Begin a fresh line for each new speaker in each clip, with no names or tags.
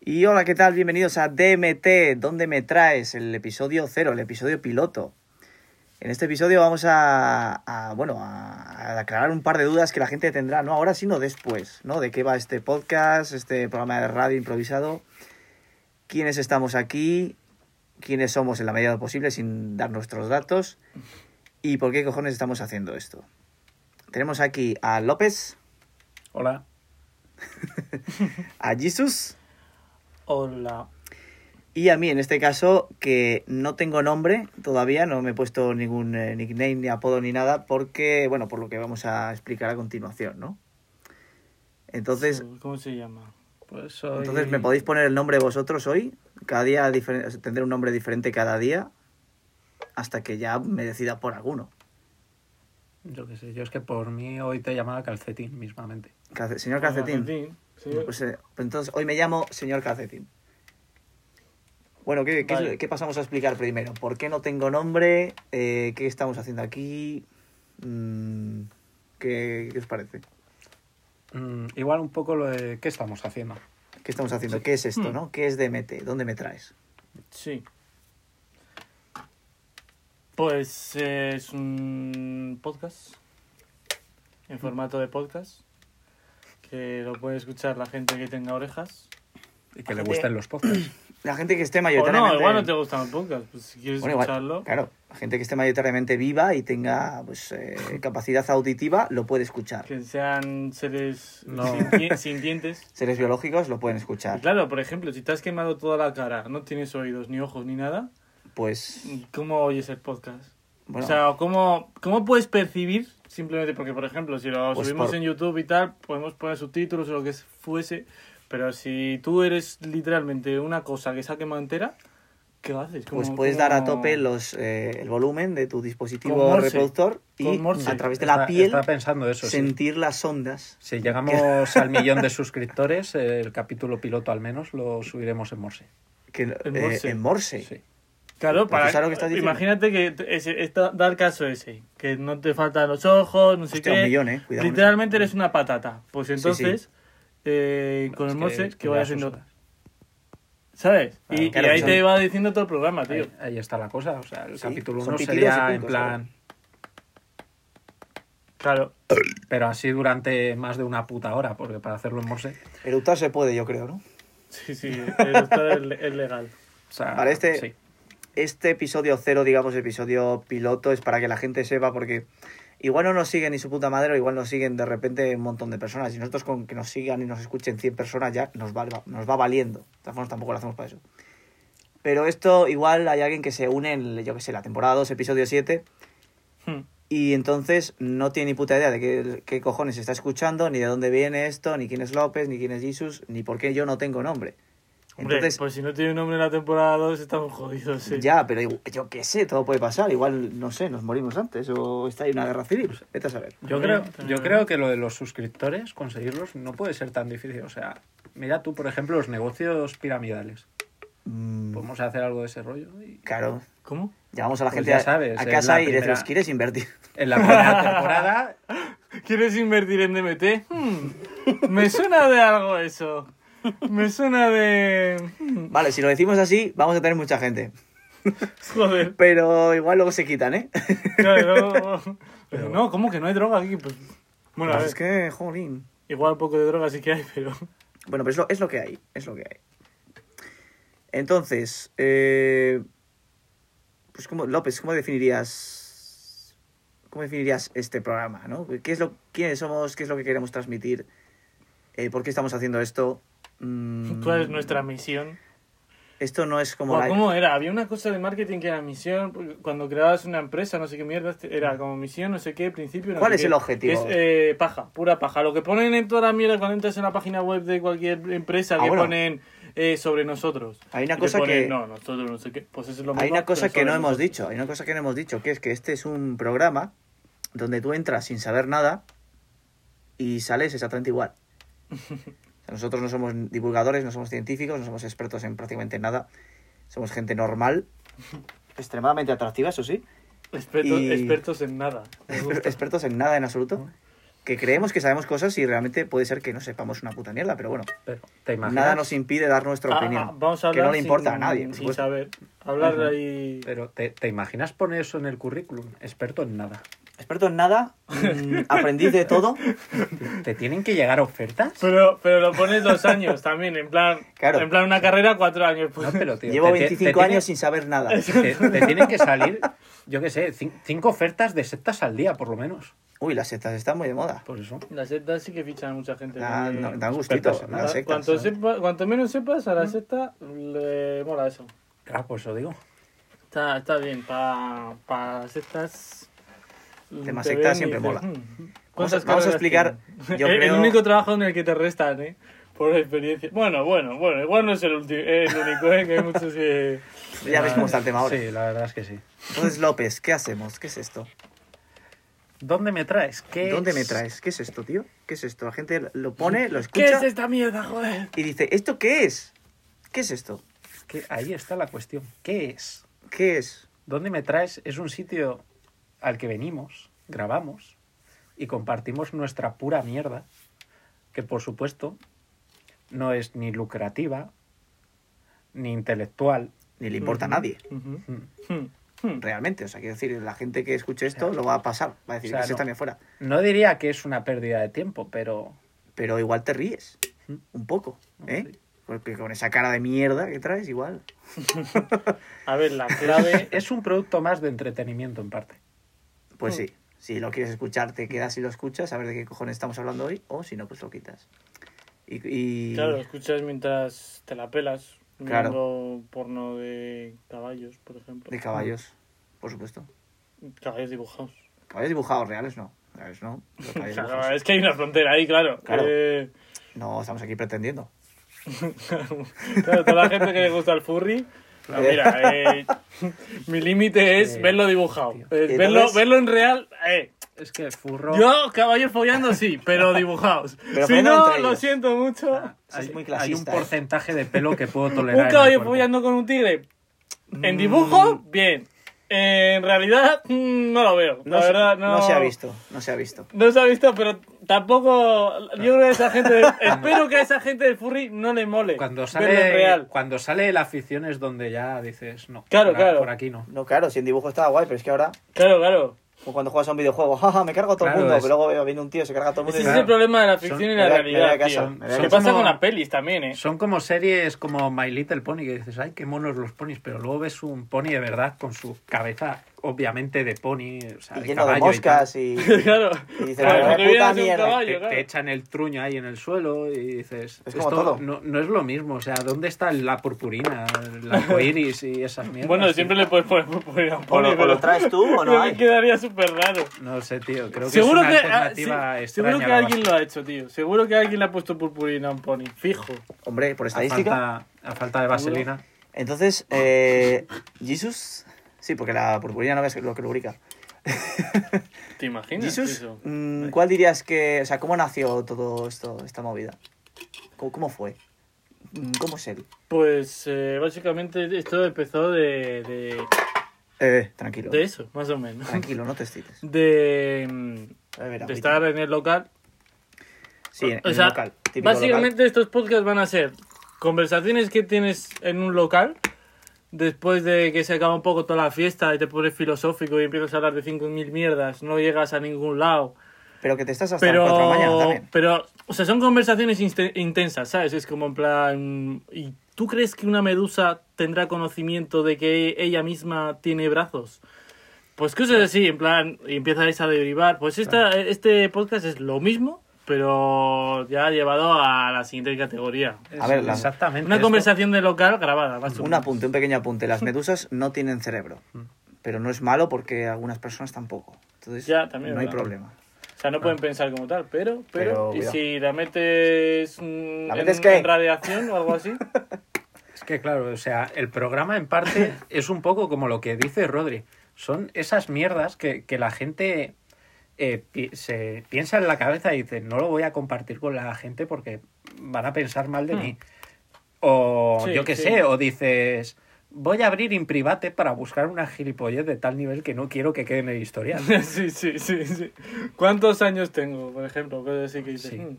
Y hola, ¿qué tal? Bienvenidos a DMT, ¿dónde me traes? El episodio cero, el episodio piloto. En este episodio vamos a, a, bueno, a, a aclarar un par de dudas que la gente tendrá, no ahora, sino después, ¿no? De qué va este podcast, este programa de radio improvisado, quiénes estamos aquí, quiénes somos en la medida de lo posible sin dar nuestros datos y por qué cojones estamos haciendo esto. Tenemos aquí a López,
Hola.
a Jesus
Hola.
y a mí en este caso que no tengo nombre todavía, no me he puesto ningún eh, nickname ni apodo ni nada porque, bueno, por lo que vamos a explicar a continuación, ¿no? Entonces,
¿Cómo se llama? Pues soy...
Entonces, ¿me podéis poner el nombre vosotros hoy? Cada día difer- o sea, tendré un nombre diferente cada día hasta que ya me decida por alguno.
Yo qué sé, yo es que por mí hoy te llamaba calcetín mismamente.
Calce- señor Calcetín.
Ah, Sí.
Pues, eh, pues entonces, hoy me llamo señor Calcetín. Bueno, ¿qué, qué es-
Vale.
qué pasamos a explicar primero? ¿Por qué no tengo nombre? Eh, ¿Qué estamos haciendo aquí? Mm, ¿qué, qué os parece?
Mm, igual un poco lo de qué estamos haciendo.
¿Qué estamos haciendo? ¿Qué es
Hmm.
esto, no? ¿Qué es DMT? ¿Dónde me traes?
Sí. Pues eh, es un podcast. En formato de podcast. Que lo puede escuchar la gente que tenga orejas.
Y que le
Gente-
gusten los podcasts.
La gente que esté
O no,
mayoritariamente...
igual no te gustan los podcasts. Pues si quieres
Bueno, igual,
escucharlo.
claro, la gente que esté mayoritariamente viva y tenga pues, eh, capacidad auditiva lo puede escuchar.
Que sean seres
No.
sin, di- sin dientes.
Seres biológicos lo pueden
Y
escuchar.
claro, por ejemplo, si te has quemado toda la cara, no tienes oídos, ni ojos, ni nada,
Pues,
¿cómo oyes el podcast?
bueno,
o sea, ¿cómo, ¿cómo puedes percibir? Simplemente porque, por ejemplo, si lo
Pues
subimos
por-
en YouTube y tal, podemos poner subtítulos o lo que fuese, pero si tú eres literalmente una cosa que se ha quemado entera, ¿qué haces?
pues
¿Cómo-
puedes dar a
cómo-
tope los, eh, el volumen de tu dispositivo
Con Morse.
reproductor y
Con Morse.
a través de
Está-
la piel
Estaba pensando eso, sí.
sentir las ondas.
Si llegamos al millón de suscriptores, eh, el capítulo piloto al menos lo subiremos en Morse.
Que,
En
eh,
Morse.
en Morse.
Sí.
Claro, para...
¿sabes lo pues que estás diciendo?
imagínate que t- ese, esta- da el caso ese, que no te faltan los ojos, no sé
Hostia,
qué.
un millón, eh. Cuidado con
Literalmente eres una patata. Pues
sí.
entonces, eh, con
Es
el Morse,
es
que vaya
ya sus
haciendo...
horas.
¿Sabes?
Claro,
y, y
claro que
ahí te
son-
va diciendo todo el programa, tío.
Ahí, ahí está la cosa. O sea, el
Sí,
capítulo
son
1
pitidos
sería
y
en
picos,
plan.
Claro.
Pero así durante más de una puta hora, porque para hacerlo en Morse.
Eructar se puede, yo creo, ¿no?
Sí, sí, el doctor es, es legal.
o sea,
Para este-
sí.
este episodio cero, digamos, episodio piloto, es para que la gente sepa, porque igual no nos siguen ni su puta madre, o igual nos siguen de repente un montón de personas. Y nosotros con que nos sigan y nos escuchen 100 personas ya nos va, nos va valiendo. De todas formas, tampoco lo hacemos para eso. Pero esto, igual hay alguien que se une en, yo que sé, la temporada 2, episodio 7,
Hmm.
y entonces no tiene ni puta idea de qué, qué cojones está escuchando, ni de dónde viene esto, ni quién es López, ni quién es Jesus, ni por qué yo no tengo nombre.
Hombre,
Entonces,
pues si no tiene nombre en la temporada 2 estamos jodidos, ¿eh? sí.
ya, pero igu- yo qué sé, todo puede pasar. Igual, no sé, nos morimos antes o está ahí una guerra civil. Pues, Vete a saber.
Yo
También,
creo,
también,
yo
¿verdad?
creo que lo de los suscriptores, conseguirlos, no puede ser tan difícil. O sea, mira tú, por ejemplo, los negocios piramidales.
Mm,
Podemos hacer algo de ese rollo. y-
claro,
¿Cómo?
llamamos a la
Pues
gente
ya
a-
sabes,
a
es
casa
la
y
primera-
decimos, ¿quieres invertir?
En la primera temporada,
¿Quieres invertir en DMT? Hmm, Me suena de algo eso. Me suena de... Hmm,
Vale, si lo decimos así, vamos a tener mucha gente.
Joder.
Pero igual luego se quitan, ¿eh?
Claro, no. no, ¿cómo que no hay droga aquí? Pues, bueno, a
Pues
ver,
es que, jolín.
igual un poco de droga sí que hay, pero...
Bueno, pero es lo, es lo que hay, es lo que hay. Entonces, eh, pues ¿cómo, López, ¿cómo definirías cómo definirías este programa, no? ¿Qué es lo, quiénes somos, qué es lo que queremos transmitir, Eh, por qué estamos haciendo esto? Mm,
¿Cuál es nuestra misión?
Esto no es como
Guau,
la-
¿Cómo era? Había una cosa de marketing que era misión, porque cuando creabas una empresa, no sé qué mierda, este, era como misión, no sé qué, principio. no
¿Cuál
sé
es
qué.
el objetivo?
Es eh, paja, pura paja. Lo que ponen en toda la mierda cuando entras en la página web de cualquier empresa,
Ah,
que
bueno.
ponen eh, sobre nosotros.
Hay una
Y te
cosa
ponen,
que-
No, nosotros no sé qué. Pues eso es lo
Hay
mismo,
una cosa
pero
que
sobre
no hemos
nosotros.
dicho, hay una cosa que no hemos dicho, que es que este es un programa donde tú entras sin saber nada y sales exactamente igual. O sea, Nosotros no somos divulgadores, no somos científicos, no somos expertos en prácticamente nada. Somos gente normal, extremadamente atractiva, eso sí.
Expertos,
y-
expertos en nada. Me gusta.
Expertos en nada en absoluto. que creemos que sabemos cosas y realmente puede ser que no sepamos una puta mierda, pero bueno,
Pero, ¿te imaginas?
nada nos impide dar nuestra
Ah,
opinión.
ah, vamos a
que no
hablar
le importa
sin-
a nadie, por
sin
supuesto.
saber. Hablar
Ujú.
ahí.
Pero ¿te, te imaginas poner eso en el currículum? Experto en nada.
Experto en nada, mm, aprendí de todo.
¿Te tienen que llegar ofertas?
Pero, pero lo pones dos años también, en plan,
Claro.
en plan una carrera cuatro años. Pues.
No, pero, tío,
Llevo
te- te- te
25
tiene-
años sin saber nada.
Te, te tienen que salir, yo qué sé, cin- cinco ofertas de sectas al día, por lo menos.
Uy, las setas están muy de moda.
Por eso.
Las sectas sí que fichan a mucha gente.
Ah,
porque-
no, dan gustito,
expertas en
las
Cua-
sectas.
cuanto, sepa- cuanto menos sepas, a la secta le mola eso.
Claro, por eso digo.
Está, está bien, para pa sectas.
Tema
te
secta
ven y
siempre
dices,
mola.
"Hmm,
Vamos a,
¿cuántas
vamos a
carreras
explicar,
tienen?".
yo
el, el
creo...
único trabajo en el que te restan, ¿eh? Por experiencia. Bueno, bueno, bueno, igual no es el, ulti- el único, ¿eh? Que hay muchos que.
Ya ves cómo está el tema ahora.
Sí, la verdad es que sí.
Entonces, López, ¿qué hacemos? ¿Qué es esto?
¿Dónde me traes? ¿Qué
¿Dónde
es?
me traes? ¿Qué es esto, tío? ¿Qué es esto? La gente lo pone, lo
¿Qué
escucha
es esta mierda, joder?
y dice, ¿esto qué es? ¿Qué es esto?
Que ahí está la cuestión. ¿Qué es?
¿Qué es?
¿Dónde me traes? Es un sitio al que venimos, grabamos y compartimos nuestra pura mierda, que por supuesto no es ni lucrativa, ni intelectual.
Ni le importa a nadie,
Ujú.
Mm.
Hmm, hmm.
realmente. O sea, quiero decir, la gente que escuche esto lo va a pasar. Va a decir
O sea,
que se
no.
está bien fuera.
No diría que es una pérdida de tiempo, pero
Pero igual te ríes.
Mm.
Un poco, ¿eh?
Sí.
Porque con esa cara de mierda que traes, igual.
A ver, la clave.
es un producto más de entretenimiento en parte.
Pues
Mm.
sí. Si lo quieres escuchar, te quedas y lo escuchas, a ver de qué cojones estamos hablando hoy, o si no, pues lo quitas. Y, y-
Claro, lo escuchas mientras te la pelas.
Claro.
Mirando porno de caballos, por ejemplo.
de caballos, por supuesto.
Caballos dibujados.
Caballos dibujados, reales no. Reales no. pero caballos
Claro, eh.
dibujados.
es que hay una frontera ahí, claro.
Claro.
Eh,
No, estamos aquí pretendiendo.
claro, toda la gente que le gusta el furry. no, mira, eh, mi límite es
Eh,
verlo dibujado.
tío.
Eh,
Entonces-
verlo, verlo en real. eh,
Es que furro.
yo, caballos follando, sí, pero dibujados.
Pero
si
follando
no,
entre
lo
ellos. Ah,
siento mucho.
Eso es muy
hay un
clasista, ¿eh?
porcentaje de pelo que puedo tolerar. en
Un
mi
caballo
cuerpo.
follando con un tigre.
Mm.
En dibujo, bien. En realidad, mm, no lo veo. La
se-
verdad, no.
se ha visto, no se ha visto.
No se ha visto, pero tampoco. Yo creo que esa gente. espero que a esa gente del furry no le mole.
Cuando
verlo en
sale,
real.
cuando sale la afición es donde ya dices, no,
Claro,
por, a-
claro.
por aquí no.
No, claro, si en dibujo estaba guay, pero es que ahora,
Claro, claro.
como cuando juegas a un videojuego, jaja, me cargo a todo el
Claro,
mundo,
es-
pero luego viene un tío, se carga a todo el mundo
Ese
y
es el
dice,
problema de la ficción
Son-
y la
me da- me da
realidad.
casa,
tío.
me da
¿Qué
casa.
pasa con
Como-
las pelis también, eh?
Son como series como My Little Pony que dices, ay, qué monos los ponis, pero luego ves un pony de verdad con su cabeza, obviamente de pony, o
"Ah,
sea,
y
de
lleno de
caballo y tal.
moscas y...
claro.
Y dice,
Claro,
"Ah, puta
porque vienes de un
mierda".
caballo,
Te,
claro.
te echan el truño ahí en el suelo y dices,
Es como
esto
todo.
No, no es lo mismo, o sea, ¿dónde está la purpurina, la arcoiris y esas mierdas?
Bueno,
tío?
siempre le puedes poner por a un
O lo-
pony,
o lo
pero-
traes tú o no
pero
hay.
Quedaría súper raro.
No sé, tío, creo que
seguro
es una
que, ah, sí,
alternativa extraña.
seguro que
la
alguien lo ha hecho, tío. Seguro que alguien le ha puesto purpurina a un pony. Fijo.
Hombre, por
A
estadística.
falta, a falta de vaselina.
Entonces, eh, Jesus... Sí, porque la purpurina no es lo que lubrica.
¿Te imaginas?
Jesus,
eso?
mm, ¿cuál dirías que... O sea, ¿cómo nació todo esto, esta movida? ¿Cómo, cómo fue? Mm, ¿Cómo es él?
Pues eh, básicamente esto empezó de, de,
Eh, tranquilo.
de eso, más o menos.
Tranquilo, no te excites.
De, mm,
A ver,
de
agüita.
estar en el local.
Sí, en
O
un
sea,
local. típico
básicamente estos podcasts van a ser conversaciones que tienes en un local. Después de que se acaba un poco toda la fiesta y te pones filosófico y empiezas a hablar de 5.000 mierdas, no llegas a ningún lado.
local. Pero que te estás hasta las 4 de la mañana
Pero,
también.
pero, o sea, son conversaciones inste- intensas, ¿sabes? Es como en plan. ¿Y tú crees que una medusa tendrá conocimiento de que ella misma tiene brazos? Pues cosas así, en plan, y empezáis a derivar. Pues esta, este podcast es lo mismo, pero ya llevado a la siguiente categoría.
A ver, la-
exactamente.
Una
esto-
conversación de local grabada, más o
Un
menos.
apunte, un pequeño apunte. Las medusas no tienen cerebro.
Mm.
Pero no es malo porque algunas personas tampoco. Entonces,
Ya, también
no hay
es verdad.
problema.
O sea, no pueden pensar como tal, pero,
Ah. Pero,
pero, y
cuidado.
si la metes, mm,
¿La metes
en,
qué?
en radiación o algo así,
Es que claro, o sea, el programa en parte es un poco como lo que dice Rodri. Son esas mierdas que, que la gente eh, pi- se piensa en la cabeza y dice, no lo voy a compartir con la gente porque van a pensar mal de mí. O
Hmm. Sí,
yo qué
sí.
sé, o dices, voy a abrir imprivate para buscar una gilipollez de tal nivel que no quiero que quede en el historial.
sí, sí, sí, sí. ¿Cuántos años tengo, por ejemplo? Cosas así que dices,
Sí.
"Mm".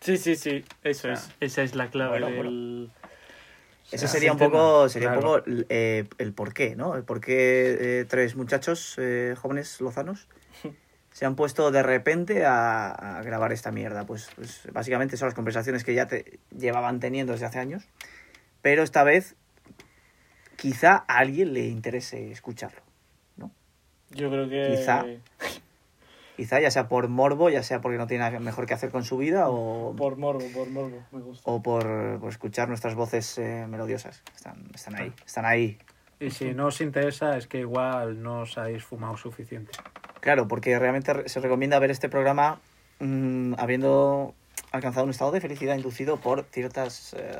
sí. sí, sí, eso
Ah.
es. Esa es la clave
Bueno, bueno.
del...
Ese
O sea,
sería un
ese
poco, sería
claro.
un poco eh, el porqué, ¿no? El porqué eh, tres muchachos eh, jóvenes lozanos se han puesto de repente a, a grabar esta mierda. Pues, pues básicamente son las conversaciones que ya te llevaban teniendo desde hace años, pero esta vez quizá a alguien le interese escucharlo.
Yo creo que...
Quizá. Quizá ya sea por morbo, ya sea porque no tiene nada mejor que hacer con su vida o
Por morbo, por morbo, me gusta.
o por, por escuchar nuestras voces eh, melodiosas. Están, están ahí, están ahí.
Y si no os interesa, es que igual no os habéis fumado suficiente.
Claro, porque realmente re- se recomienda ver este programa mm, habiendo alcanzado un estado de felicidad inducido por ciertas eh,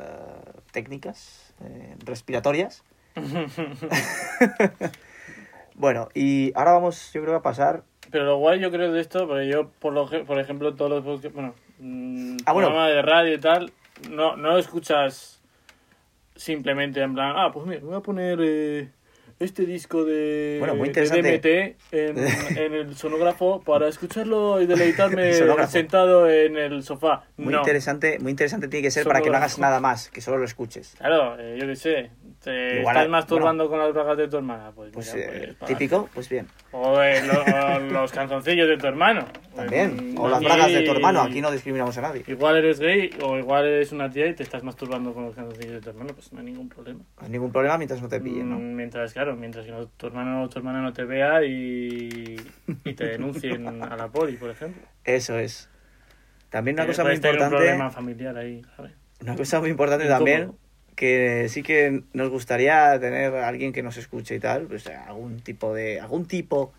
técnicas eh, respiratorias. bueno, y ahora vamos, yo creo, a pasar...
Pero lo guay yo creo de esto, porque yo, por, lo, ge- por ejemplo, todos los podcasts, bueno, mm,
Ah, bueno.
programa de radio y tal, no, no lo escuchas simplemente en plan, ah, pues mira, voy a poner eh, este disco de,
Bueno, muy
de
interesante.
DMT en, en el sonógrafo para escucharlo y deleitarme
El sonógrafo.
sentado en el sofá.
Muy,
no.
interesante, muy interesante tiene que ser
Solo
para que no
lo-
hagas nada más, que solo lo escuches.
Claro, eh, yo qué sé, te
Igual,
estás masturbando con las bragas de tu hermana, pues,
Pues
mira,
eh,
pues, para
típico, pues bien.
O eh, lo- o los canzoncillos de tu hermano.
También.
Eh,
O las
aquí-
bragas de tu hermano, aquí no discriminamos a nadie.
Igual eres gay o igual eres una tía y te estás masturbando con los canzoncillos de tu hermano, pues no hay ningún problema.
No hay ningún problema mientras no te pillen, ¿no?
Mm, Mientras, claro, mientras que no- tu hermano o tu hermana no te vea y, y te denuncien a la poli, por ejemplo.
Eso es. También una
Que
cosa muy
puedes tener
importante.
pues este un problema familiar ahí, ¿sabes?
Una cosa muy importante
Incómodo.
también, que sí que nos gustaría tener a alguien que nos escuche y tal, pues algún tipo de, algún tipo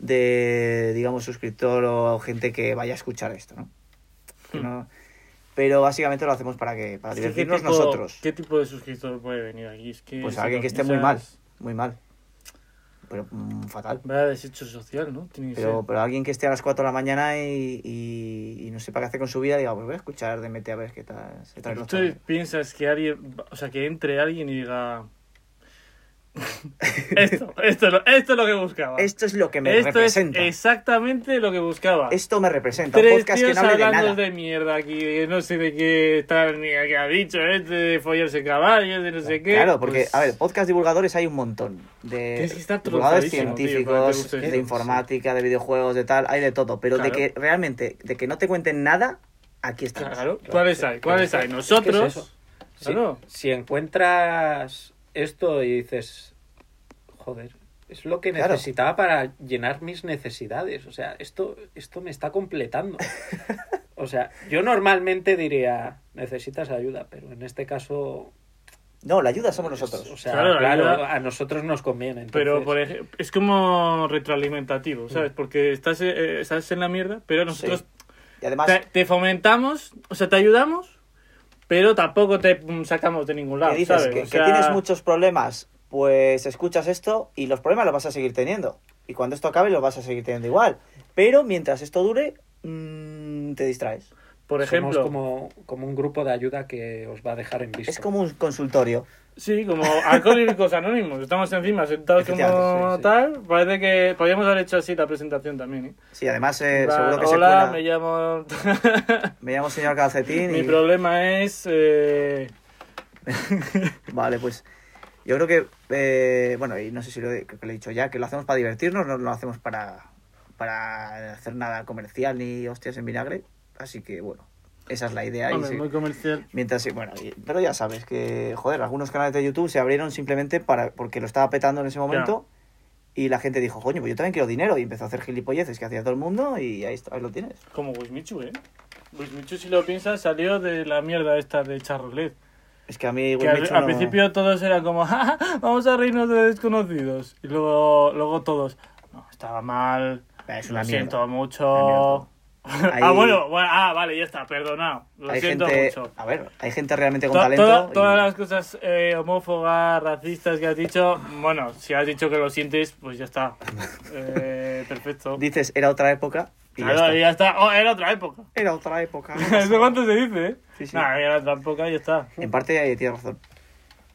de, digamos, suscriptor o gente que vaya a escuchar esto, ¿no? Que
Hmm.
no- pero básicamente lo hacemos para que, para
Es que ¿qué
divertirnos
tipo-
nosotros.
¿Qué tipo de suscriptor puede venir aquí? Es que
Pues
si
alguien
lo
que esté muy mal,
piensas,
muy mal. Pero mm, fatal.
Vaya desecho social, ¿no? Tiene que
Pero,
ser.
pero alguien que esté a las 4 de la mañana y, y- y no sepa qué hacer con su vida, diga, pues voy a escuchar DMT a ver qué tal. qué tal
Pero
nos
¿Tú
parece".
piensas que alguien, o sea, que entre alguien y diga esto, esto, es lo- esto es lo que buscaba.
Esto es lo que me
esto es
representa.
exactamente lo que buscaba.
Esto me representa. Un
Tres
podcast que
tíos
no hable de
hablando
nada.
de, mierda aquí, que no sé de qué tal ni a qué ha dicho este de follarse caballos, de no sé qué.
Claro, porque,
Pues,
a ver, podcast divulgadores hay un montón. De
Tienes que estar
divulgadores
tronzadísimo, tío, para que te
científicos,
guste
de
esto,
informática, de videojuegos, de tal, hay de todo. Pero
Claro.
de que realmente, de que no te cuenten nada, aquí estamos.
claro, ¿cuáles hay? ¿Cuáles hay?
¿Qué
Nosotros. Ah,
es eso? Si,
Claro.
si encuentras esto y dices, joder, es lo que
Claro.
necesitaba para llenar mis necesidades. O sea, esto, esto me está completando. o sea, yo normalmente diría, necesitas ayuda, pero en este caso...
No, la ayuda somos
O
nosotros.
sea,
Claro,
claro,
la ayuda-
a nosotros nos conviene.
Pero
entonces- Mm.
por e-, ej- es como retroalimentativo, ¿sabes? Porque estás, eh, estás en la mierda, pero nosotros
Sí. Y además,
te, te fomentamos, o sea, te ayudamos, pero tampoco te mm, sacamos de ningún lado,
que dices
¿sabes?
que,
O
que
sea,
tienes muchos problemas, pues escuchas esto y los problemas los vas a seguir teniendo. Y cuando esto acabe, los vas a seguir teniendo igual. Pero mientras esto dure, mm, te distraes.
Por ejemplo,
Somos como, como un grupo de ayuda que os va a dejar en visto.
Es como un consultorio.
sí, como alcohólicos anónimos, estamos encima sentados como
Efectivamente, sí, sí.
tal, parece que podríamos haber hecho así la presentación también, ¿eh?
Sí, además, eh,
En plan,
seguro que se
Hola,
cuela.
me llamo...
Me llamo señor Calcetín
Mi
y...
problema es... eh,
Vale, pues yo creo que... eh, bueno, y no sé si lo he, creo que lo he dicho ya, que lo hacemos para divertirnos, no lo hacemos para, para hacer nada comercial ni hostias en vinagre. Así que, bueno, esa es la idea. y
hombre,
sí.
muy comercial.
Mientras, sí, bueno, y- pero ya sabes que, joder, algunos canales de YouTube se abrieron simplemente para porque lo estaba petando en ese momento y la gente dijo, coño, pues yo también quiero dinero y empezó a hacer gilipolleces que hacía todo el mundo y ahí, está, ahí lo tienes.
Como Wismichu, ¿eh? Wismichu, si lo piensas, salió de la mierda esta de Charrolet.
Es que a mí...
Que al,
Wilmichu
al
no-
principio todos eran como, "Ja, ja, vamos a reírnos de desconocidos. Y luego, luego todos, no, estaba mal,
Ah, Es
lo
una mierda.
siento mucho.
Una
Ah,
Ahí-
bueno, bueno, ah, vale, ya está, perdonado. Lo
hay
siento
gente,
mucho.
A ver, hay gente realmente con
To-
talento.
toda-
y-
Todas las cosas eh, homófobas, racistas que has dicho, bueno, si has dicho que lo sientes, pues ya está. Eh, perfecto.
Dices, era otra época. Y ya
Claro,
está.
y ya está. Oh, era otra época.
Era otra época.
¿Eso cuánto se dice? eh?
Sí, sí.
Nah, era otra época y ya está.
en parte eh, tienes razón.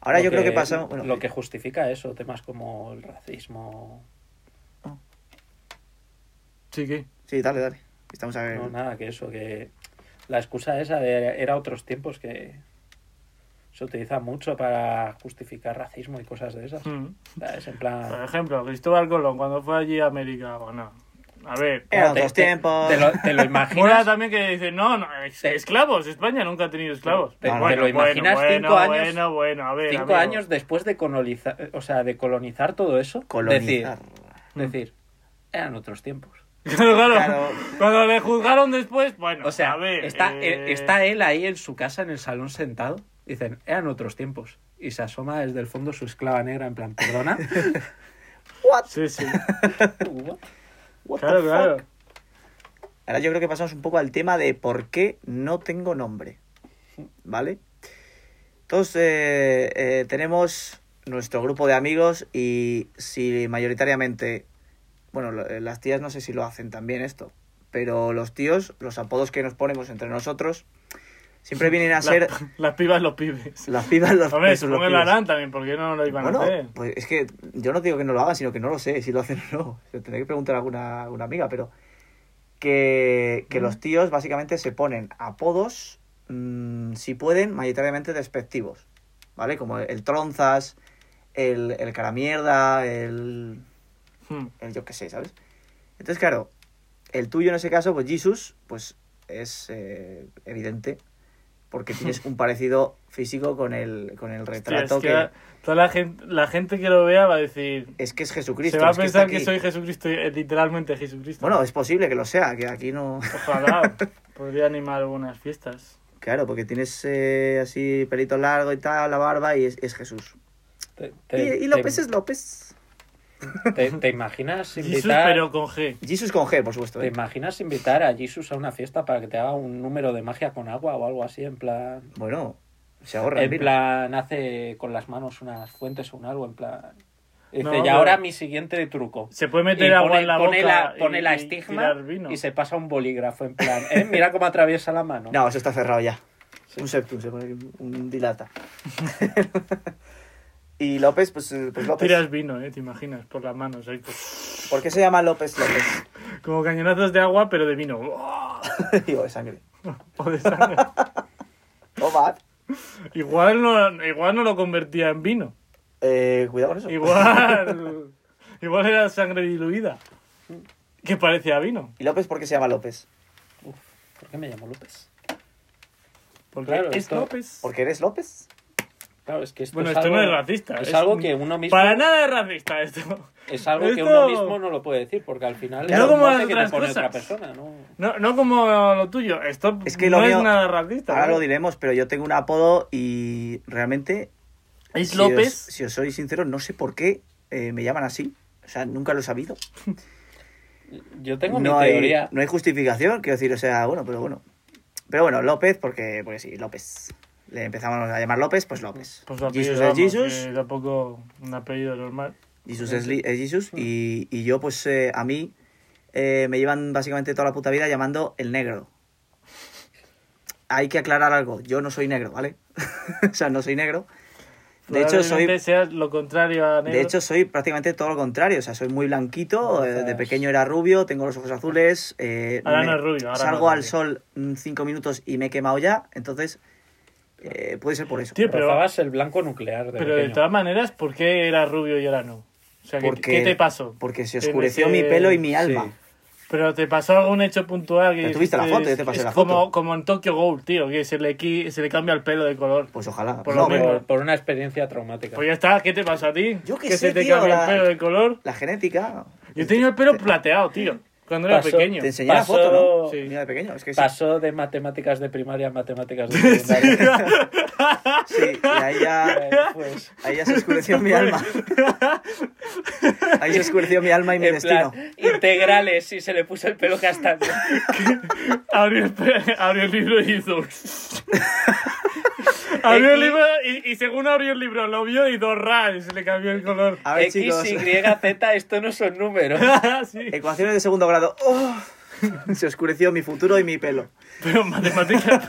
Ahora
Lo
yo creo que pasamos. bueno,
lo que justifica eso, temas como el racismo.
Sí, que.
Sí, dale, dale. Estamos a ver.
No, nada, que eso, que la excusa esa de- era otros tiempos que se utiliza mucho para justificar racismo y cosas de esas.
Mm.
¿Sabes? En plan.
Por ejemplo, Cristóbal Colón, cuando fue allí a América, bueno. A ver.
Eran
te-
otros
te-
tiempos.
Te lo, te lo
Mola
imaginas.
también que dicen, no, no, es- esclavos, España nunca ha tenido esclavos.
Te-
te
lo imaginas
bueno,
cinco años-
Bueno, bueno, a ver.
Cinco
amigo.
años después de colonizar, o sea, de colonizar todo eso.
Colonizar.
Decir, decir, eran otros tiempos.
Claro, claro.
Claro.
Cuando le juzgaron después, bueno,
O sea,
a ver.
está,
eh,
eh, está él ahí en su casa, en el salón sentado. Dicen, eran otros tiempos. Y se asoma desde el fondo su esclava negra en plan, perdona.
Sí, sí.
What?
What the
Claro,
fuck?
claro.
Ahora yo creo que pasamos un poco al tema de por qué no tengo nombre. ¿Vale? Entonces, eh, eh, tenemos nuestro grupo de amigos y si mayoritariamente, bueno, lo- eh, las tías no sé si lo hacen también esto, pero los tíos, los apodos que nos ponemos entre nosotros, siempre vienen a
La-
ser
las pibas, los pibes.
las pibas, los
Hombre,
los- los
supongo que lo
pibes.
harán también, porque no lo iban
Bueno,
a hacer.
pues es que yo no digo que no lo hagan, sino que no lo sé si lo hacen o no. Se lo tendré que preguntar a alguna, alguna amiga, pero que, que los tíos básicamente se ponen apodos, mm, si pueden, mayoritariamente despectivos, ¿vale? Como el tronzas, el, el cara mierda, el,
Hmm.
el yo qué sé, ¿sabes? Entonces, claro, el tuyo en ese caso, pues Jesus, pues es eh, evidente, porque tienes un parecido físico con el, con el
Hostia, es
retrato
que
que...
ahora toda la gente, la gente que lo vea va a decir.
Es que es Jesucristo.
se va a
es que está
pensar que,
aquí.
soy Jesucristo, eh, literalmente Jesucristo.
Bueno, es posible que lo sea, que aquí no.
Ojalá. Podría animar algunas fiestas.
Claro, porque tienes eh, así pelito largo y tal, la barba y es, es Jesús.
Te-
Y,
te-
y
te-
López es López.
¿Te, te imaginas
Jesús,
invitar,
pero con G.
Jesús con G, por supuesto.
¿Te
¿eh?
imaginas invitar a Jesus a una fiesta para que te haga un número de magia con agua o algo así? En plan.
Bueno, se ahorra.
En
mira.
plan, hace con las manos unas fuentes o un algo, en plan. Dice,
No,
y
pero-
ahora mi siguiente truco.
Se puede
Y
meter agua
pone,
en la
pone
boca.
la, pone
y-
la
y
estigma
tirar vino.
y, se pasa un bolígrafo, en plan. "Eh, Mira cómo atraviesa la mano.
No, eso está cerrado ya. Un septum, se pone aquí, un- un dilata. y López, pues, eh, pues López.
Tiras vino, ¿eh? Te imaginas, por las manos. ahí, pues,
¿Por qué se llama López López?
como cañonazos de agua, pero de vino. ¡Oh!
Digo, de sangre.
O de sangre.
Oh, bad.
igual, no, igual no lo convertía en vino.
Eh, cuidado con eso.
Igual. igual era sangre diluida. Que parecía vino.
¿Y López por qué se llama López?
Uf, ¿Por qué me llamo López?
Porque
Claro,
es
esto-
López.
¿Porque eres López?
Claro, es que esto
Bueno,
es
esto
algo-
no es racista.
Es, algo que uno mismo.
Para nada es racista esto.
Es algo que
Esto-
uno mismo no lo puede decir, porque al final
Claro,
es un
como
mote
las
que te
otras
pone otra
cosas.
persona, ¿no?
No, no como lo tuyo. Esto
Es que
no
lo mío-
es nada racista. ¿eh?
Ahora
¿no?
lo diremos, pero yo tengo un apodo y realmente
Es
Si
López.
os- si os soy sincero, no sé por qué eh, me llaman así. O sea, nunca lo he sabido.
Yo tengo
no,
mi
hay,
teoría.
no hay justificación, quiero decir, o sea, bueno, pero bueno. Pero bueno, López, porque, porque sí, López. Le empezamos a llamar López, pues López.
Pues apellido,
Jesus es
vamos,
Jesus,
que tampoco un apellido normal.
Jesus es, Li- es Jesus, y,
Mm.
y yo, pues eh, a mí eh, me llevan básicamente toda la puta vida llamando el negro. Hay que aclarar algo, yo no soy negro, ¿vale? o sea, no soy negro. De hecho, soy
Probablemente seas lo contrario a negro.
De hecho, soy prácticamente todo lo contrario. O sea, soy muy blanquito. eh, De
Entonces-
pequeño era rubio, tengo los ojos azules. eh,
Ahora
me-
no es rubio, ahora
salgo
no es
al
rubio.
sol mm, cinco minutos y me he quemado ya. Entonces, eh, puede ser por eso.
Tío, pero,
Rozabas el blanco nuclear de
pero de
pequeño.
todas maneras, ¿por qué era rubio y ahora no? O sea, ¿qué, qué te pasó?
Porque se
En
oscureció
ese-
mi pelo y mi
sí.
alma.
Pero te pasó algún hecho puntual. Que
Pero tú viste la
dijiste,
foto, yo te
es-
pasé
es
la
Como,
foto.
como en Tokyo Ghoul, tío, que se le, qui- se le cambia el pelo de color.
Pues ojalá.
Por
No,
lo menos.
pero
Por, por una experiencia traumática.
Pues ya está, ¿qué te pasó a ti?
Yo qué
que
sé,
se te
tío,
cambia
la-
el pelo de color.
la genética.
Yo tenía el pelo plateado, tío, cuando era
Pasó-
pequeño.
Te enseñé
Pasó-
la foto, ¿no?
sí.
Mira, de pequeño. Es que sí.
Pasó de matemáticas de primaria a matemáticas de secundaria.
Sí, y ahí ya,
Eh, pues,
ahí ya se oscureció
Pues,
mi alma. Ahí se oscureció mi alma y mi
en
destino.
plan, integrales y se le puso el pelo castaño.
Abrió el, pe- abrió el libro y hizo. abrió el libro y, y según abrió el libro lo vio y dos ras se le cambió el color.
A ver,
X,
chicos.
Y, Z, esto no son números.
sí.
Ecuaciones de segundo grado. ¡Oh! Se oscureció mi futuro y mi pelo.
Pero matemáticas.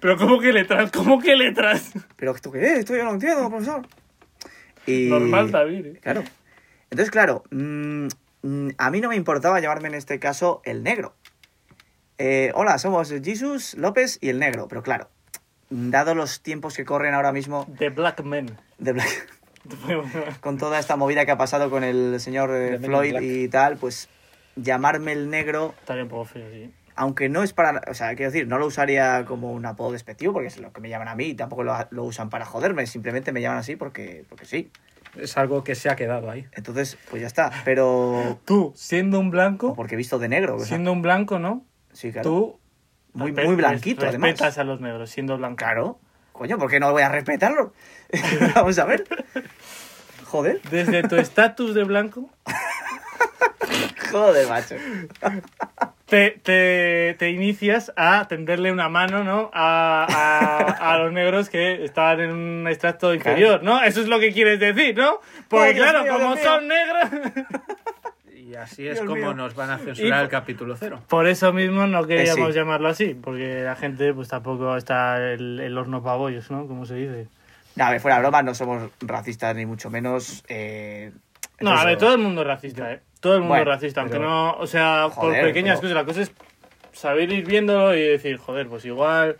pero ¿cómo que letras? ¿Cómo que letras?
¿Pero esto qué es? Esto yo no lo entiendo, profesor. Y-
Normal, David. ¿eh?
Claro. Entonces, claro, mm, mm, a mí no me importaba llamarme en este caso el negro. Eh, hola, somos Jesus, López y el negro. Pero claro, dado los tiempos que corren ahora mismo
The Black Men.
de Black- con toda esta movida que ha pasado con el señor eh,
The Men in
Floyd
Black.
y tal, pues llamarme el negro,
Estaría un poco feo, sí.
aunque no es para... O sea, quiero decir, no lo usaría como un apodo despectivo porque es lo que me llaman a mí y tampoco lo, lo usan para joderme, simplemente me llaman así porque, porque sí.
Es algo que se ha quedado ahí.
Entonces, pues ya está. Pero...
Tú, siendo un
o
blanco,
Porque he visto de negro. o sea,
siendo un blanco, ¿no?
Sí, claro.
Tú.
Muy-
respe-
muy blanquito,
res-
además.
respetas a los negros, siendo blanco.
Claro. Coño, ¿por qué no voy a respetarlo? Vamos a ver. Joder.
Desde tu estatus de blanco,
Joder, macho.
te, te, te inicias a tenderle una mano, ¿no? A, a, a los negros que estaban en un extracto inferior, ¿no? Eso es lo que quieres decir, ¿no? Porque
Oh, Dios
claro,
mío,
como
Dios mío.
son negros...
Y así es
Dios
como
mío.
nos van a censurar
Y-
el capítulo cero.
Por eso mismo no queríamos
Eh, sí.
llamarlo así, porque la gente pues tampoco está el, el horno para bollos, ¿no? Como se dice.
No, a ver, fuera de broma, no somos racistas ni mucho menos. eh,
No, a
entonces,
ver, todo el mundo es racista, ¿eh? Todo el mundo
Bueno,
es racista, aunque
pero-
no, o sea,
Joder,
por pequeñas
pero-
cosas, la cosa es saber ir viéndolo y decir, joder, pues igual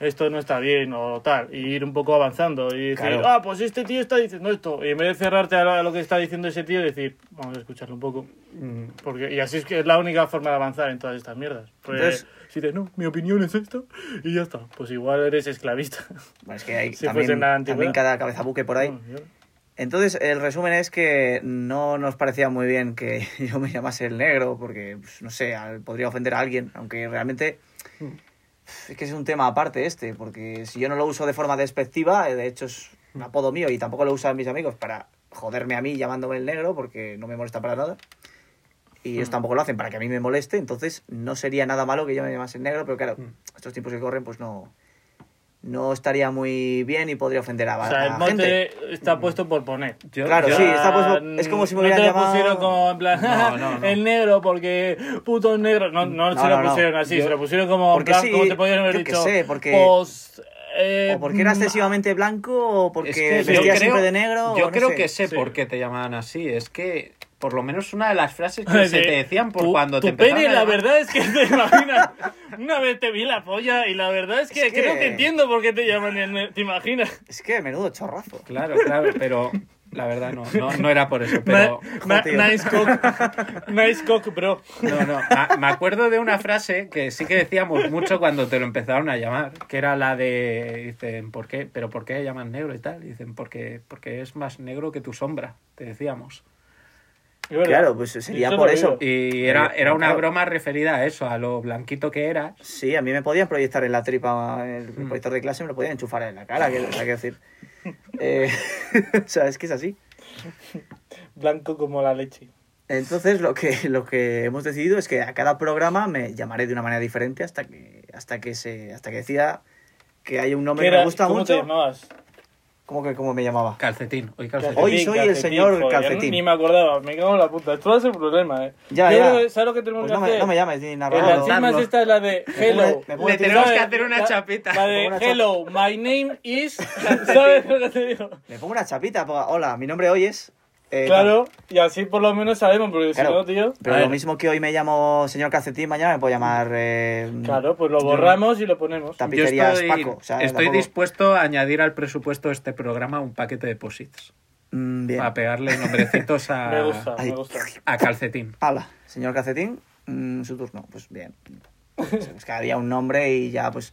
esto no está bien o tal, y ir un poco avanzando y decir,
Claro.
ah, pues este tío está diciendo esto, y en vez de cerrarte a lo- a lo que está diciendo ese tío, decir, vamos a escucharlo un poco,
Mm,
porque y así es que es la única forma de avanzar en todas estas mierdas. Pues,
Entonces-
si dices, no, mi opinión es esta, y ya está, pues igual eres esclavista.
bueno, es que hay
Si fuese
también,
en la
también
antigüedad.
cada cabeza buque por ahí. Entonces, el resumen es que no nos parecía muy bien que yo me llamase el negro, porque, pues, no sé, al- podría ofender a alguien, aunque realmente
Hmm.
es que es un tema aparte este, porque si yo no lo uso de forma despectiva, eh, de hecho es
Hmm.
un apodo mío y tampoco lo usan mis amigos para joderme a mí llamándome el negro, porque no me molesta para nada. Y
Hmm.
ellos tampoco lo hacen para que a mí me moleste, entonces no sería nada malo que yo me llamase el negro, pero claro,
Hmm.
Mm.
estos tiempos que corren, pues no, no estaría muy bien y podría ofender a,
O sea,
a
el
gente.
mote está puesto por poner.
yo-
Claro,
yo-
sí, está puesto- es como si me
no
hubieran
te lo
llamado-
pusieron como en plan
No, no, no.
el negro porque puto negro. No, no,
No,
se lo
no, no.
pusieron así,
Yo-
se lo pusieron como en
Porque
plan,
sí,
como te podían
yo
haber
qué
dicho.
sé, porque-
Pues, eh,
O porque era excesivamente blanco, o porque
Es que yo
vestía
creo-
siempre de negro.
Yo
o no
creo
sé.
que sé
Sí.
por qué te llamaban así. Es que por lo menos una de las frases que se
de-
te decían por
tu-
cuando
tu
te empezaban
pene,
a
la
llamar-
verdad es que te imaginas. Una vez te vi la polla y la verdad es que,
Es que-
creo que entiendo por qué te llaman. el ne- ¿Te imaginas?
Es que menudo chorrazo.
Claro, claro, pero la verdad no, no, no era por eso. Pero
Na- na-
tío.
nice cock. Nice cock, bro.
no, no. ma- Me acuerdo de una frase que sí que decíamos mucho cuando te lo empezaron a llamar, que era la de dicen, ¿por qué? ¿Pero por qué llaman negro y tal? Dicen, porque, porque es más negro que tu sombra, te decíamos.
Es verdad.
Claro, pues sería
Yo
por
lo
eso.
digo.
Y era, era una
Claro.
broma referida a eso, a lo blanquito que eras.
Sí, a mí me podían proyectar en la tripa, el proyector de clase me lo podían enchufar en la cara, que, o sea, quiero decir. Eh, o sea, es que es así.
Blanco como la leche.
Entonces, lo que, lo que hemos decidido es que a cada programa me llamaré de una manera diferente hasta que, hasta que, se, hasta que decida que hay un nombre que
¿Qué
me
era-
gusta
¿Cómo te
mucho.
llamabas?
¿Cómo que cómo me llamaba?
Calcetín, hoy calcetín.
Hoy soy el señor
joder,
calcetín.
Ni me acordaba, me cago en la puta. Esto va a ser un problema, eh.
Ya,
Yo
ya.
creo que- ¿Sabes lo que tenemos
Pues
que
no, me,
hacer?
no me llames ni
la
narrador.
Hola,
chisma
Carlos.
esta es la de
Me pongo-
Hello.
me pongo
Le
a ti-
tenemos
¿Sabes?
que hacer una
La-
chapita.
La
Me
de
pongo una chapa.
Hello, my name is. ¿Sabes lo que te digo?
Me pongo una chapita, ponga, hola, mi nombre hoy es... eh,
Claro, y así por lo menos sabemos, porque si
Claro.
no, tío.
Pero
A
lo
ver.
mismo que hoy me llamo señor Calcetín, mañana me puedo llamar. eh,
Claro, pues lo borramos y lo ponemos.
También.
Yo
Tapicerías
estoy,
Paco, o sea,
estoy
tampoco-
dispuesto a añadir al presupuesto de este programa un paquete de posits
mm, bien.
para pegarle nombrecitos a,
Me gusta,
Ay.
me gusta.
a calcetín.
Hala, señor Calcetín, mm, su turno. Pues bien. Se buscaría un nombre y ya, pues.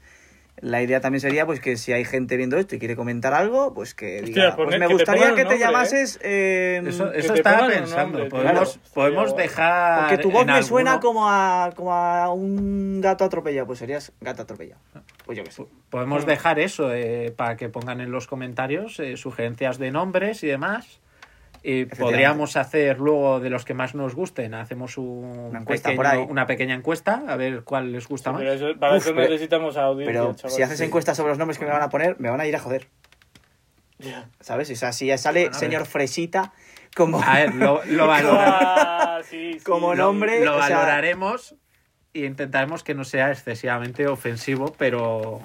La idea también sería pues que si hay gente viendo esto y quiere comentar algo, pues que diga,
Hostia, poner-
pues me
que te
gustaría
pongan
que
un
te
nombre,
llamases eh,
Eso,
Que
eso
te
estaba
pongan un
pensando.
nombre, tío.
podemos
Claro.
podemos
Hostia,
dejar.
porque tu voz
en
me suena
alguno-
como a, como a un gato atropellado, pues serías gato atropellado. Pues yo qué sé.
Podemos dejar eso eh, para que pongan en los comentarios eh, sugerencias de nombres y demás. Y podríamos hacer luego de los que más nos gusten, hacemos un
Una encuesta
pequeño-
por ahí.
una pequeña encuesta, a ver cuál les gusta más.
Pero eso- para
Uf,
eso
pero-
necesitamos audiencia,
Pero
chaval.
si haces
Sí.
encuestas sobre los nombres que me van a poner, me van a ir a joder.
Ya.
¿Sabes? O sea, si ya sale
Bueno, a ver.
señor Fresita como,
A ver, lo, lo valoramos.
Ah, sí, sí.
como
Lo-
nombre.
Lo
o sea,
valoraremos
y e intentaremos que no sea excesivamente ofensivo, pero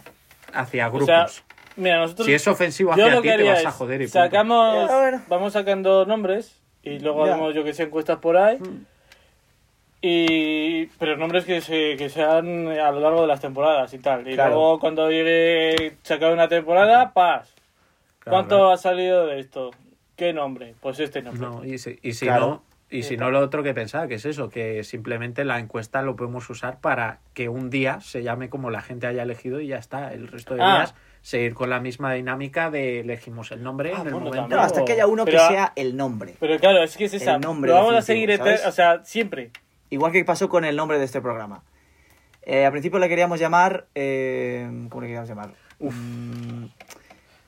hacia
O
grupos.
sea, mira, nosotros.
si es ofensivo
yo
hacia
lo
ti,
que
te
haría
vas
es
a joder y punto.
sacamos,
Ya, bueno.
Vamos sacando nombres y luego
Ya. Hmm.
hacemos, yo que sé, encuestas por ahí. Y, pero nombres que, se, que sean a lo largo de las temporadas y tal. Y
Claro.
luego cuando llegue sacado una temporada, paz.
Claro,
¿Cuánto
claro.
ha salido de esto? ¿Qué nombre? Pues este nombre.
No, y si, y si
Claro.
no, y si no lo otro que pensaba, que es eso, que simplemente la encuesta lo podemos usar para que un día se llame como la gente haya elegido y ya está. El resto de
Ah.
días seguir con la misma dinámica de elegimos el nombre
Ah,
en el
bueno,
momento.
No, hasta que haya uno
Pero-
que sea el nombre.
Pero claro, es que es esa.
El nombre
Lo vamos a
definitivo,
seguir, eter-
¿sabes?
o sea, siempre.
Igual que pasó con el nombre de este programa. Eh, al principio le queríamos llamar. eh, ¿Cómo le queríamos llamar? Mm,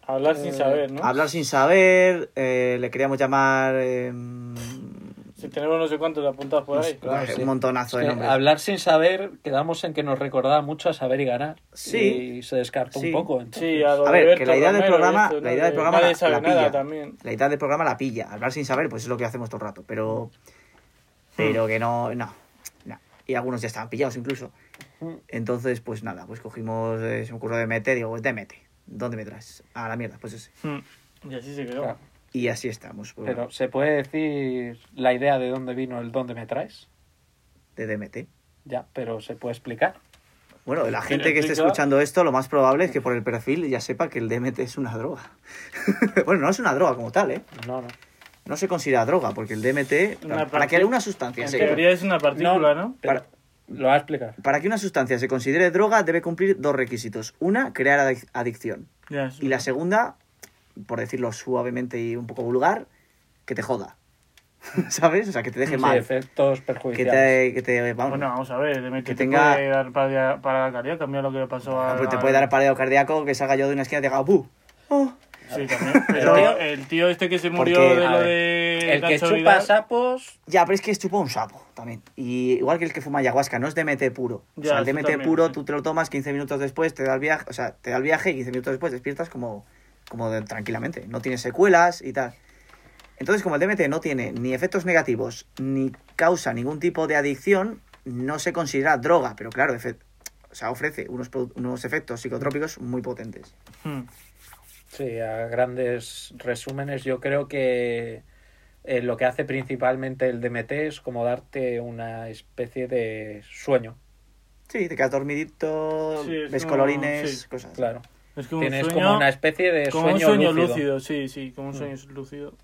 Hablar sin
eh,
saber, ¿no?
Hablar sin saber. eh, le queríamos llamar. eh, mm,
Si tenemos no sé cuántos apuntados por ahí.
claro, sí.
un montonazo de
Es que
nombres.
Eh, hablar sin saber, quedamos en que nos recordaba mucho a saber y ganar.
Sí.
Y se descartó
Sí.
un poco.
Sí,
entonces.
a, lo
A ver,
Roberto
que la idea del
Romero y
programa- la
esto, ¿no?
idea del
Que
programa
nadie
la-
sabe
la
nada
pilla.
también.
La mitad del programa la pilla. Hablar sin saber, pues es lo que hacemos todo el rato. Pero.
Mm.
Pero que no. No. no. Y algunos ya estaban pillados incluso. Entonces, pues nada, pues cogimos. eh, se me ocurrió DMT, digo, DMT. ¿Dónde me traes? A la mierda, pues ese.
Y así se quedó.
Claro.
Y así estamos. pues,
Pero ¿se puede decir la idea de dónde vino el dónde me traes?
de DMT.
Ya, pero se puede explicar.
Bueno, la gente que esté
explica-
escuchando esto, lo más probable es que por el perfil ya sepa que el DMT es una droga. bueno, no es una droga como tal, ¿eh?
No, no.
No se considera droga, porque el DMT,
Una
para,
partícula.
que una sustancia
En
se,
teoría es una partícula, ¿no?
pero Lo va a explicar.
para que una sustancia se considere droga debe cumplir dos requisitos. Una, crear adic- adicción.
Ya, es-
Y la segunda, por decirlo suavemente y un poco vulgar, que te joda. ¿Sabes? O sea, que te deje
Sí,
mal.
efectos
Que
perjudiciales.
te, que te- vamos,
Bueno, vamos a ver, de
Que
que
tenga-
tenga... puede dar para, para la caridad, también lo que le pasó a...
pues te puede
ah.
dar pareo cardíaco que salga yo de una esquina y te diga, ¡bu! Oh.
Sí, también. Pero
Pero-
el tío este que se murió
Porque,
de
a
lo
ver,
de...
El que
Nacho
chupa
Vidal-
sapos
Ya, pero es que es chupa un sapo también. Y igual que el que fuma ayahuasca, no es DMT puro. o
Ya,
sea, el
eso
DMT
también,
puro
sí.
tú te lo tomas 15 minutos después, te da el viaje, o sea, te da el viaje y 15 minutos después despiertas como, como de- tranquilamente. No tiene secuelas y tal. Entonces, como el DMT no tiene ni efectos negativos, ni causa ningún tipo de adicción, no se considera droga, pero claro, efe- o sea, ofrece unos, produ- unos efectos psicotrópicos muy potentes.
Hmm.
Sí, a grandes resúmenes, yo creo que eh, lo que hace principalmente el DMT es como darte una especie de sueño,
Sí, te quedas dormidito,
Sí, es
ves
como-
colorines,
sí.
cosas.
claro.
Es como
Tienes
un sueño,
como una especie de
como
sueño,
un sueño
lúcido.
lúcido. sí, sí,
Mm.
como un sueño lúcido.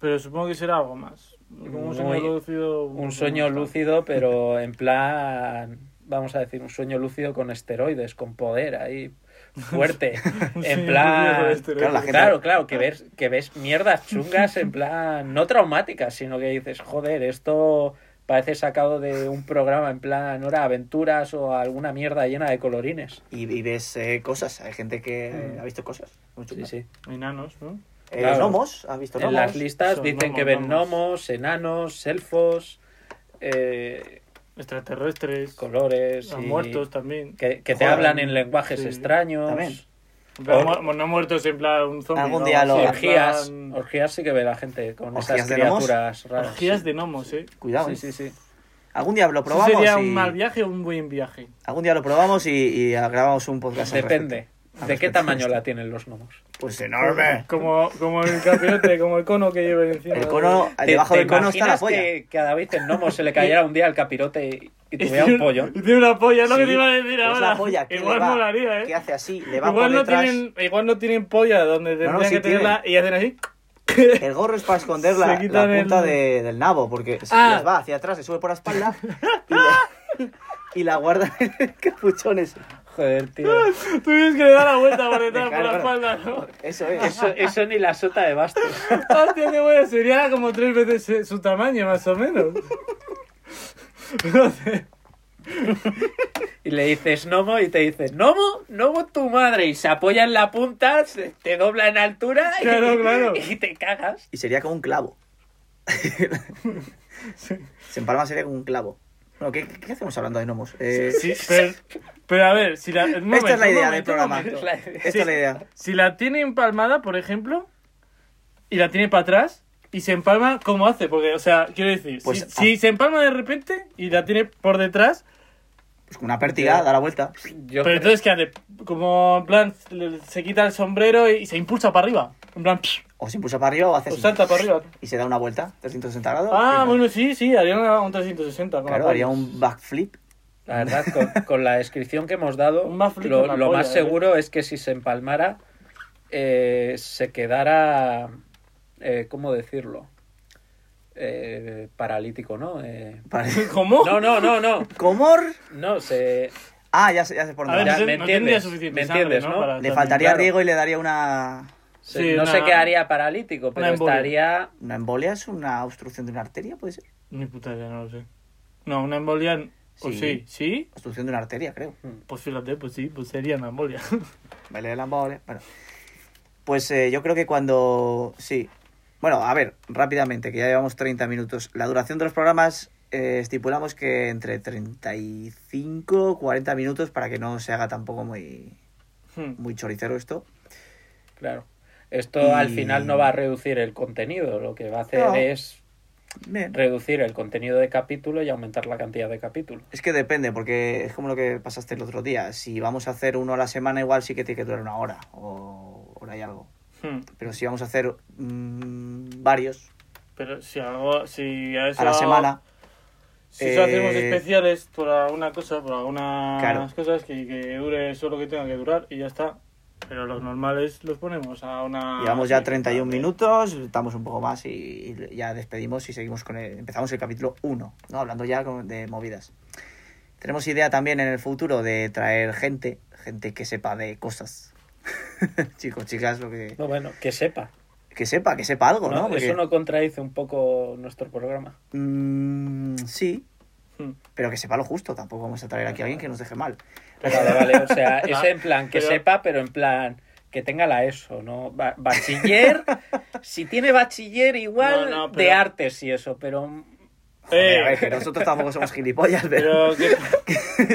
Pero supongo que será algo más. Como un sueño
Muy-
lúcido...
Un sueño lúcido, pero en plan, vamos a decir, un sueño lúcido con esteroides, con poder ahí fuerte.
Un
en
sueño
plan...
lúcido con esteroides.
Claro, la gente-
Claro, claro, que ves, que ves mierdas chungas en plan, no traumáticas, sino que dices, joder, esto parece sacado de un programa en plan hora aventuras o alguna mierda llena de colorines.
Y, y ves eh, cosas, hay gente que eh, ha visto cosas. muy
Sí,
chungas.
sí.
Enanos, ¿no?
Eh,
Claro.
Gnomos, ¿has visto
En
gnomos?
las listas
Son
dicen
gnomos,
que ven
gnomos.
gnomos, enanos, elfos, eh,
Extraterrestres.
colores,
a
y-
muertos también.
que, que te
Joder,
hablan en lenguajes
sí.
extraños.
También.
En plan,
Or-
mu- no muertos en plan un zombie.
Algún
¿no?
día lo-
Sí, en
Orgías,
plan-
orgías sí que ve la gente con
Orgías
esas
de gnomos.
criaturas raras.
Orgías de gnomos, ¿eh?
Cuidado.
Sí,
eh.
sí, sí.
Algún día lo
¿Eso
probamos.
sería
y-
un mal viaje o un buen viaje?
Algún día lo probamos y, y grabamos un podcast. al
Depende.
respecto.
¿De qué tamaño la tienen los gnomos?
Pues enorme.
Como, como el capirote, como el cono que llevan encima.
El cono, eh, debajo
¿Te-
del
te
cono está la
imaginas
polla.
Que, que a David el gnomo se le cayera un día el capirote y, y tuviera un pollo.
Y tiene una polla, es lo que
Sí,
te iba a decir
Es
ahora.
la polla que
igual
le va,
molaría,
que
¿eh?
hace así, le va
Igual
por
no,
detrás.
tienen, igual no tienen polla donde tendrían
no, sí
que tenerla y hacen así.
El gorro es para esconder
Se
la,
quitan
la punta
el-
de- del nabo, porque se
Ah.
les va hacia atrás, se sube por la espalda y, le- y la guarda en el capuchón ese.
Joder, tío.
Tú tienes que le dar la vuelta por detrás, por
Claro,
la
claro.
espalda, ¿no?
Eso es.
Eso, eso ni la sota de basto.
Hostia, Ah, qué bueno, sería como tres veces eh, su tamaño, más o menos. No sé.
Y le dices gnomo y te dice, gnomo, gnomo tu madre. Y se apoya en la punta, se- te dobla en altura y,
Claro, claro.
y te cagas.
Y sería como un clavo. Se empalma sería como un clavo. Bueno, ¿qué, qué hacemos hablando de gnomos? Eh,
Sí, pero, pero a ver, si la. un
Esta es
momento,
la idea
un
del
momento, un
programa.
momento.
La-
Esta es la idea.
Si la tiene empalmada, por ejemplo, y la tiene para atrás, y se empalma, ¿cómo hace? Porque, o sea, quiero decir,
Pues,
si,
ah.
si se empalma de repente y la tiene por detrás,
Pues con una pértiga, da la vuelta.
Yo
Pero
creo-
entonces, ¿qué hace? Como, en plan, le- se quita el sombrero y se impulsa para arriba. En plan,
O se impulsa para arriba o hace
o
así.
Pues salta para arriba.
Y se da una vuelta, 360 grados.
Ah,
Y-
bueno, sí, sí, haría una- un 360. con
Claro,
la
haría
palma.
un backflip.
La verdad, con, con la descripción que hemos dado,
Un más flip que
lo,
una
lo
polla,
más
¿eh?
seguro es que si se empalmara, eh, se quedara, eh, ¿cómo decirlo? Eh, paralítico, ¿no? Eh,
para-
¿Cómo?
no, no, no, no,
¿Cómo?
no, se...
Ah, ya sé, ya sé por
A ver,
dónde.
Ya,
va.
no, sé-
me
no tendría
entiendes,
suficiente
me
sangre,
entiendes,
¿no?
¿no?
Para
Le
también-
faltaría
claro.
Riego y le daría una.
se-
Sí,
no
una-
se quedaría paralítico, pero
embolia.
estaría...
¿Una embolia es una obstrucción de una arteria? ¿Puede ser?
Ni puta idea, no lo sé. No, una embolia... O
Sí.
sí, sí.
Obstrucción de una arteria, creo.
hmm,
Pues fíjate, pues sí, pues sería una embolia.
Me lee la embolia. Bueno. Pues eh, yo creo que cuando. Sí. Bueno, a ver, rápidamente, que ya llevamos 30 minutos. La duración de los programas eh, estipulamos que entre 35, 40 minutos para que no se haga tampoco muy,
Hmm.
muy choricero esto.
Claro. Esto
Y-
al final no va a reducir el contenido, lo que va a hacer
No.
es
Bien.
reducir el contenido de capítulo y aumentar la cantidad de capítulo.
Es que depende, porque es como lo que pasaste el otro día. Si vamos a hacer uno a la semana, igual sí que tiene que durar una hora o hora y algo.
Hmm.
Pero si vamos a hacer mm, varios
Pero si hago... Si a, eso
a la
hago-
semana,
Si eso
Eh,
hacemos especiales por alguna cosa, por algunas
Claro.
cosas, que, que dure eso lo que tenga que durar y ya está. Pero los normales los ponemos a una...
llevamos ya
sí,
31
Ah, vale.
minutos, estamos un poco más y, y ya despedimos y seguimos con el, empezamos el capítulo 1, ¿no? hablando ya con- de movidas. Tenemos idea también en el futuro de traer gente, gente que sepa de cosas. Chicos, chicas, lo que,
No, bueno, que sepa.
que sepa, que sepa algo, ¿no?
¿no?
Porque-
Eso no contradice un poco nuestro programa.
Mm, sí,
Hmm.
pero que sepa lo justo. Tampoco vamos a traer aquí a alguien que nos deje mal.
Vale, vale, o sea, es en plan que
Pero-
sepa, pero en plan que tenga la ESO, ¿no? Ba- bachiller, si tiene bachiller igual
No, no, pero-
de artes y eso, pero
Joder, a
Eh,
ver, que nosotros tampoco somos gilipollas, pero...
pero que-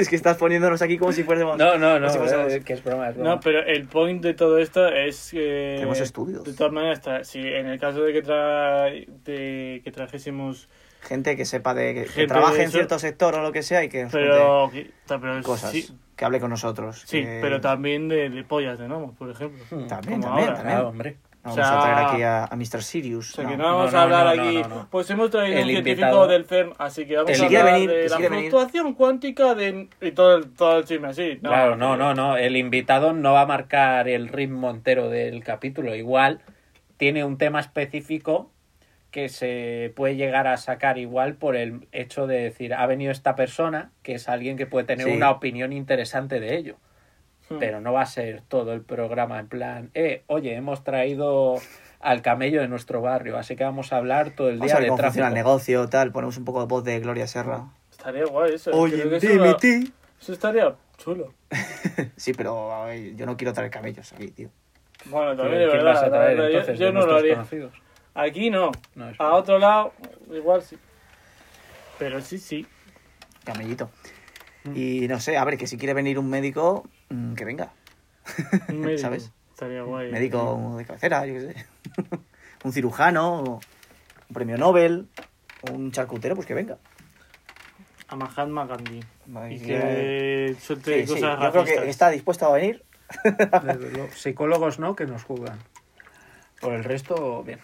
es que estás poniéndonos aquí como si fuésemos...
no, no, no,
Así pasamos.
eh, que es broma, es broma.
No, pero el point de todo esto es que...
Tenemos estudios.
De todas maneras, tra- si en el caso de que, tra- de que trajésemos...
Gente que sepa de... Que, que
Gente
trabaje
de
en
eso.
cierto sector o lo que sea y que nos
Pero... que- ta- pero
cuente cosas.
Sí,
Que hable con nosotros.
sí,
que-
pero también de, de pollas de gnomos, por ejemplo.
Eh, Hmm.
También,
como
también,
ahora,
también.
Ah, hombre.
No
O
vamos a
sea-
traer aquí a, a Mr. Sirius.
O sea, que no
no.
vamos
no,
a
no,
hablar
no,
aquí.
no, no.
Pues hemos traído
El
un científico
invitado-
del CERN, así que vamos
Que
a
si
hablar
quiere venir, que
de
si
la
quiere venir.
fluctuación cuántica de, y todo el, todo el chisme así. No,
Claro, no, no, no. El invitado no va a marcar el ritmo entero del capítulo. Igual tiene un tema específico que se puede llegar a sacar igual por el hecho de decir, ha venido esta persona, que es alguien que puede tener
Sí. Mm.
una opinión interesante de ello.
Hmm.
Pero no va a ser todo el programa en plan, eh, oye, hemos traído al camello de nuestro barrio, así que vamos a hablar todo el
Vamos
día
a ver
de
cómo funciona el
tráfico.
negocio, tal. Ponemos un poco de voz de Gloria Serra.
Estaría guay eso.
Oye,
creo que eso,
DMT.
eso estaría chulo.
Sí, pero ay, yo no quiero traer camellos aquí, tío.
Bueno,
Pero,
también de
¿quién
verdad.
vas a
la
traer,
verdad, yo-
entonces,
yo
de
no lo
nuestros
haría.
conocidos?
Aquí no.
No, es-
A otro lado, igual sí. Pero sí, sí.
Camellito.
Mm.
Y no sé, a ver, que si quiere venir un médico, mm, que venga.
Un médico.
¿Sabes?
Estaría guay. eh.
médico de cabecera, yo qué sé. un cirujano, o un premio Nobel, o un charcutero, pues que venga.
A Mahatma Gandhi.
Madre
Y
mía.
que suelte
Sí, sí,
cosas
yo creo que
racistas.
está dispuesto a venir.
Desde luego. Psicólogos no, que nos juzgan.
Por el resto, bien.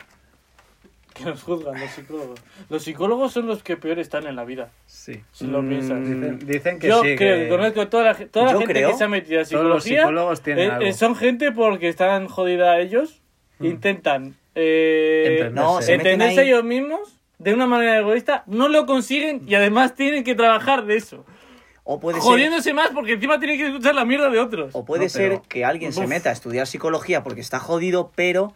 Que nos juzgan los psicólogos. Los psicólogos son los que peor están en la vida.
Sí.
Si lo piensas.
Dicen, dicen que
Mm, yo
sí.
creo que este
que-
conozco a toda la, ge- toda la
Mm, Yo
gente
creo
que se ha metido a
todos los
psicología.
psicólogos tienen
eh,
algo. Mm.
eh, son gente porque están jodida ellos. Intentan eh,
Entender.
No,
sé.
se meten
entenderse
ahí.
ellos mismos de una manera egoísta. No lo consiguen y además tienen que trabajar de eso.
O puede ser,
Jodiéndose más porque encima tienen que escuchar la mierda de otros.
o puede
No,
ser
pero-
que alguien se
Uf.
meta a estudiar psicología porque está jodido, pero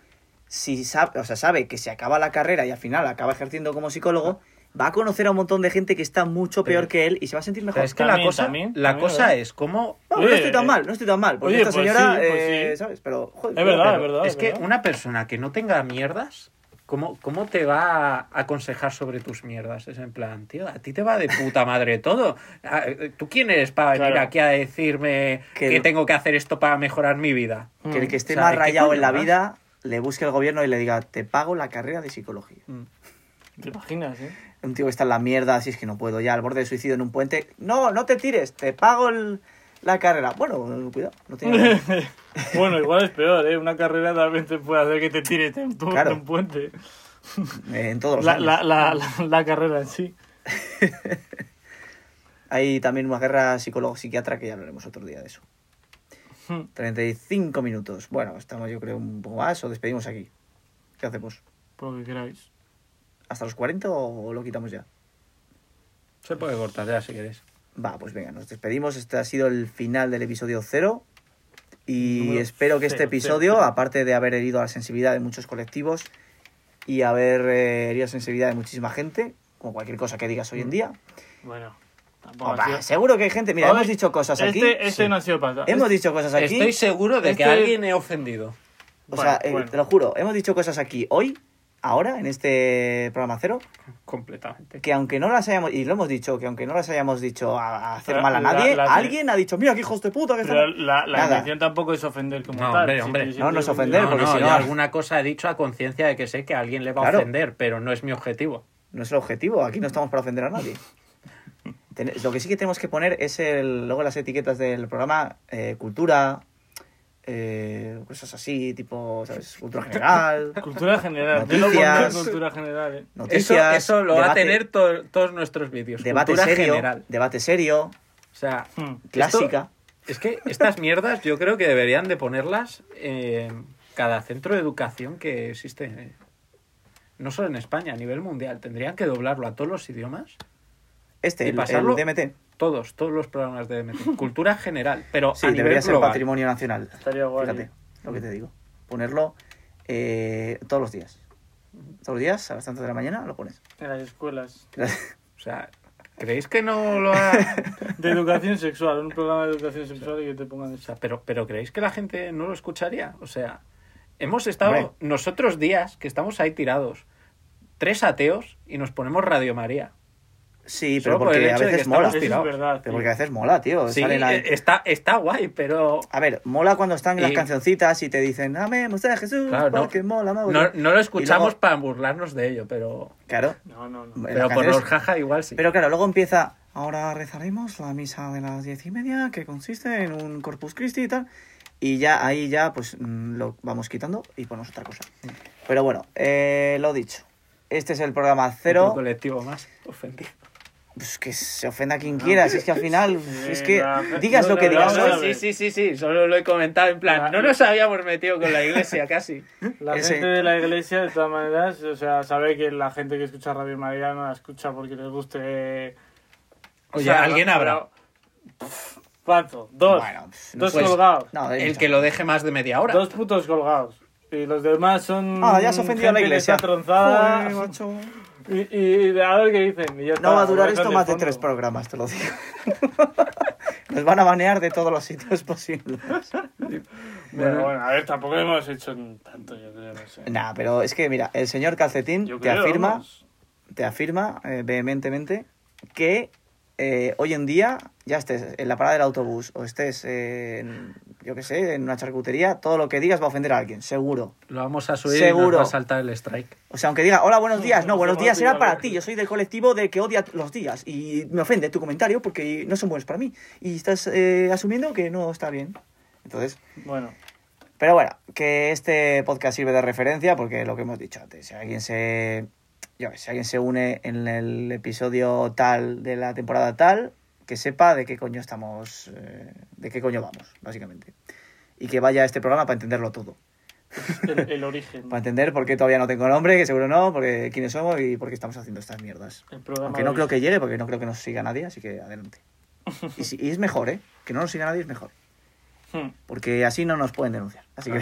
si sabe, o sea, sabe que se acaba la carrera y al final acaba ejerciendo como psicólogo,
Ah.
va a conocer a un montón de gente que está mucho peor que él y se va a sentir
Pero
mejor.
es que
También,
la cosa,
también,
la
también,
cosa
¿verdad?
es cómo
No, pero no
Oye,
estoy tan
eh,
mal, no estoy tan mal. Porque
oye,
esta
pues
señora,
sí, pues
eh,
sí.
¿sabes? Pero, joder,
Es verdad,
pero-
es verdad.
es que
verdad.
una persona que no tenga mierdas, ¿cómo, ¿cómo te va a aconsejar sobre tus mierdas? Es en plan, tío, a ti te va de puta madre todo. Ah, ¿Tú quién eres para venir
Claro.
aquí a decirme
Que
que,
el-
tengo que hacer esto para mejorar mi vida?
Que el que esté
Mm.
O sea,
más
¿de qué
rayado
coño
en la
vas?
vida le busque al gobierno y le diga, te pago la carrera de psicología.
¿Te imaginas, eh?
Un tío que está en la mierda, así es que no puedo ya, al borde de suicidio en un puente. No, no te tires, te pago el- la carrera. Bueno, cuidado, no tiene.
bueno, igual es peor, ¿eh? Una carrera también te puede hacer que te tires de un, pu-
Claro.
de un puente.
Eh, en todos los
La,
años.
la- la- la- la carrera en sí.
Hay también una guerra psicólogo-psiquiatra que ya hablaremos otro día de eso.
Hmm.
35 minutos. Bueno, estamos yo creo un poco más o despedimos aquí. ¿Qué hacemos?
Por lo que queráis.
¿Hasta los 40 o lo quitamos ya?
Se puede cortar ya si queréis.
Va, pues venga, nos despedimos. Este ha sido el final del episodio cero. Y
Número
espero que este
cero, cero,
episodio,
cero.
aparte de haber herido a la sensibilidad de muchos colectivos y haber eh, herido la sensibilidad de muchísima gente, como cualquier cosa que digas hoy en día,
Mm. Bueno, tampoco
Opa,
ha sido-
seguro que hay gente. Mira,
Hoy-
hemos dicho cosas
Este,
aquí.
este no ha sido pata.
Hemos dicho cosas
Pues
aquí.
Estoy seguro de que
Este-
alguien he ofendido.
O
Bueno,
sea, eh,
bueno.
te lo juro, hemos dicho cosas aquí hoy, ahora, en este programa cero,
Completamente.
que aunque no las hayamos, y lo hemos dicho, que aunque no las hayamos dicho a, a hacer
Pero
mal a
la-
nadie,
la-
alguien ha dicho, mira, qué hijos de puta que
Pero
están...
la, la
Nada.
intención tampoco es ofender como
No,
tal.
hombre,
Si
hombre.
quieres
No,
siempre
no es
ofender.
ofender,
No,
porque
no,
si
yo
no-
alguna cosa he dicho a conciencia de que sé que a alguien le va
Claro.
a ofender, pero no es mi objetivo.
No es el objetivo, aquí no estamos para ofender a nadie. Ten- Lo que sí que tenemos que poner es el, luego las etiquetas del programa, eh, cultura, eh, cosas así, tipo, ¿sabes? Cultura general,
Cultura general. Yo lo pondré
Noticias.
en cultura general. ¿eh?
noticias...
Eso, eso lo va a
debate-
tener to- todos nuestros vídeos.
Debate
cultura
serio,
general.
debate serio,
O sea,
Hmm.
clásica...
es que estas mierdas yo creo que deberían de ponerlas eh, en cada centro de educación que existe. eh. No solo en España, a nivel mundial. Tendrían que doblarlo a todos los idiomas.
Este,
y
el,
pasarlo-
el DMT.
Todos, todos los programas de DMT. Cultura general, pero
Sí,
a nivel
debería ser
global.
patrimonio nacional.
Estaría guay.
Fíjate lo que te digo. Ponerlo eh, todos los días. Todos los días, a las tantas de la mañana, lo pones.
En las escuelas.
O sea, ¿creéis que no lo ha...
De educación sexual. Un programa de educación sexual y que te pongan
O
esa.
sea, pero, pero ¿creéis que la gente no lo escucharía? O sea, hemos estado
Hombre.
nosotros días que estamos ahí tirados, tres ateos y nos ponemos Radio María.
Sí,
Solo
pero
por el
porque a
hecho de que
veces
estamos
mola.
Eso es
tirado.
verdad.
Pero
tío.
porque a veces mola, tío.
Sí,
sale la-
eh, está, está guay, pero
A ver, mola cuando están las
Y-
cancioncitas y te dicen, amén, usted Jesús,
Claro, no.
porque mola, mago".
no, no lo escuchamos
Ah, luego-
para burlarnos de ello, pero,
Claro.
No, no, no.
las
pero por
canciones-
los jaja igual sí.
Pero claro, luego empieza. Ahora rezaremos la misa de las diez y media, que consiste en un Corpus Christi y tal. Y ya ahí ya, pues mm, lo vamos quitando y ponemos otra cosa.
Mm.
Pero bueno, eh, lo dicho. Este es el programa
Un
cero.
colectivo más ofendido.
Pues que se ofenda quien quiera. Si es que al final, es que
Venga.
digas
No,
lo que
no,
digas pues, hoy.
no, no,
sí, sí, sí, sí, solo lo he comentado en plan, no nos habíamos metido con la iglesia casi.
La
Ese-
gente de la iglesia, de todas maneras, o sea, sabe que la gente que escucha Radio María no la escucha porque les guste. o
Oye,
sea,
alguien
no-
habrá.
pero- ¿Cuánto? Dos.
Bueno, pues, no
dos
pues,
colgados.
No, eh.
El
es-
que lo deje más de media hora.
Dos putos colgados. Y los demás son.
Ah, ya se ha ofendido a la
gente que
iglesia.
está tronzada.
Joder, macho.
y, y- y a ver qué dicen. y ya está,
No va a durar
lo dejan
esto más de
fondo.
tres programas, te lo digo. Nos van a banear de todos los sitios posibles.
Bueno, bueno, a ver, tampoco hemos hecho tanto, yo creo, no sé.
Nah, pero es que mira, el señor Calcetín
Yo
te
creo,
afirma,
vamos.
te afirma eh, vehementemente que eh, hoy en día, ya estés en la parada del autobús o estés, eh, en, yo qué sé, en una charcutería, todo lo que digas va a ofender a alguien, seguro.
Lo vamos a subir y
Seguro.
nos va a saltar el strike.
O sea, aunque diga, hola, buenos días, no,
no,
buenos
no,
días
no,
era
no,
para
no.
ti, yo soy del colectivo de que odia los días y me ofende tu comentario porque no son buenos para mí y estás eh, asumiendo que no está bien. Entonces,
Bueno,
Pero bueno, que este podcast sirve de referencia porque lo que hemos dicho antes, si alguien se, yo, qué sé, si alguien se une en el episodio tal de la temporada tal, que sepa de qué coño estamos, eh, de qué coño vamos, básicamente. Y que vaya a este programa para entenderlo todo.
el, el origen.
Para entender por qué todavía no tengo nombre, que seguro no, porque quiénes somos y por qué estamos haciendo estas mierdas.
El programa
Aunque no
de
creo que llegue, porque no creo que nos siga nadie, así que adelante. Y, si- y es mejor, ¿eh? Que no nos siga nadie es mejor.
Hmm.
Porque así no nos pueden denunciar. Así que...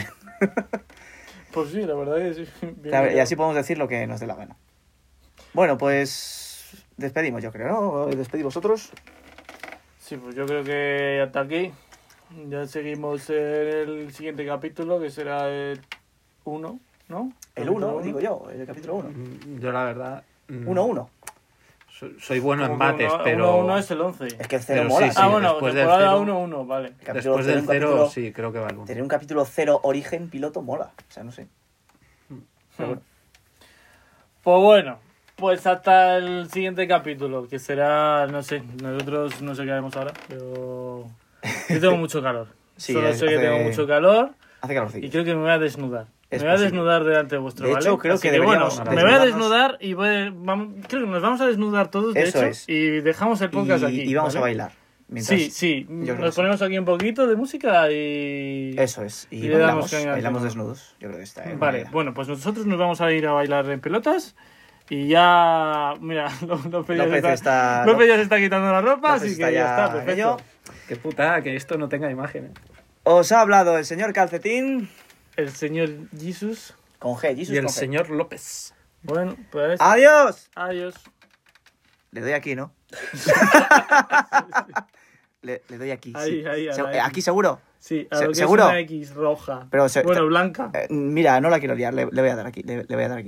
Pues sí, la verdad que sí. Bien
Claro, y
mirado.
así podemos decir lo que nos dé la gana. Bueno, pues despedimos, yo creo, ¿no? Despedid vosotros.
Sí, pues yo creo que hasta aquí. Ya seguimos en el siguiente capítulo, que será el 1, ¿no?
El
Capítulo
1,
uno.
digo yo, el capítulo 1.
Mm, Yo la verdad... mm,
1-1.
Soy, soy bueno en
Como
mates,
uno-
pero
uno- uno es el 11.
Es que el 0
Pero
mola.
sí,
tío.
ah, bueno,
después del
temporada
cero-
1-1, vale.
El capítulo cero,
después del
un
cero
capítulo-
sí, creo que va al uno.
Tener un capítulo 0 origen piloto mola. O sea, no sé. Pero bueno.
Pues bueno, Pues hasta el siguiente capítulo, que será, no sé, nosotros no sé qué haremos ahora, pero yo tengo mucho calor.
Sí,
Solo
eh,
sé que
hace-
tengo mucho calor
Hace calorcillo.
y creo que me voy a desnudar.
Es
me voy a
posible.
desnudar delante de vuestro,
De
¿vale?
hecho, creo
Así
que
bueno,
deberíamos
me voy a
desnudarnos.
desnudar y voy- vamos- creo que nos vamos a desnudar todos, de
Eso
hecho,
es.
y dejamos el podcast
y,
aquí.
y vamos
¿vale?
a bailar. Mientras-
sí, sí,
creo que
nos
sí.
ponemos aquí un poquito de música y...
Eso es. Y,
Y le damos
bailamos,
caña al
bailamos
tema.
desnudos. Yo creo que está. ¿eh?
Vale,
Buena idea.
bueno, pues nosotros nos vamos a ir a bailar en pelotas y ya. Mira, Ló- López, ya,
López
se está,
está-
López ya se está quitando la ropa,
López
así que
está
ya
ya
está,
en
perfecto.
ello.
Qué putada que esto no tenga imagen. ¿eh?
Os ha hablado el señor Calcetín
El señor Jesus.
con G. Jesus
Y el
con G.
señor López.
Bueno, pues.
Ah. ¡Adiós!
Adiós.
Le doy aquí, ¿no? le, le doy aquí.
Ahí,
sí.
ahí,
Se-
ahí.
eh, aquí seguro.
Sí, a
Se-
lo que
¿seguro?
es una X roja.
Pero se-
bueno,
te-
blanca.
Eh, mira, no la quiero liar. Le, le voy a dar aquí. le- le voy a dar aquí.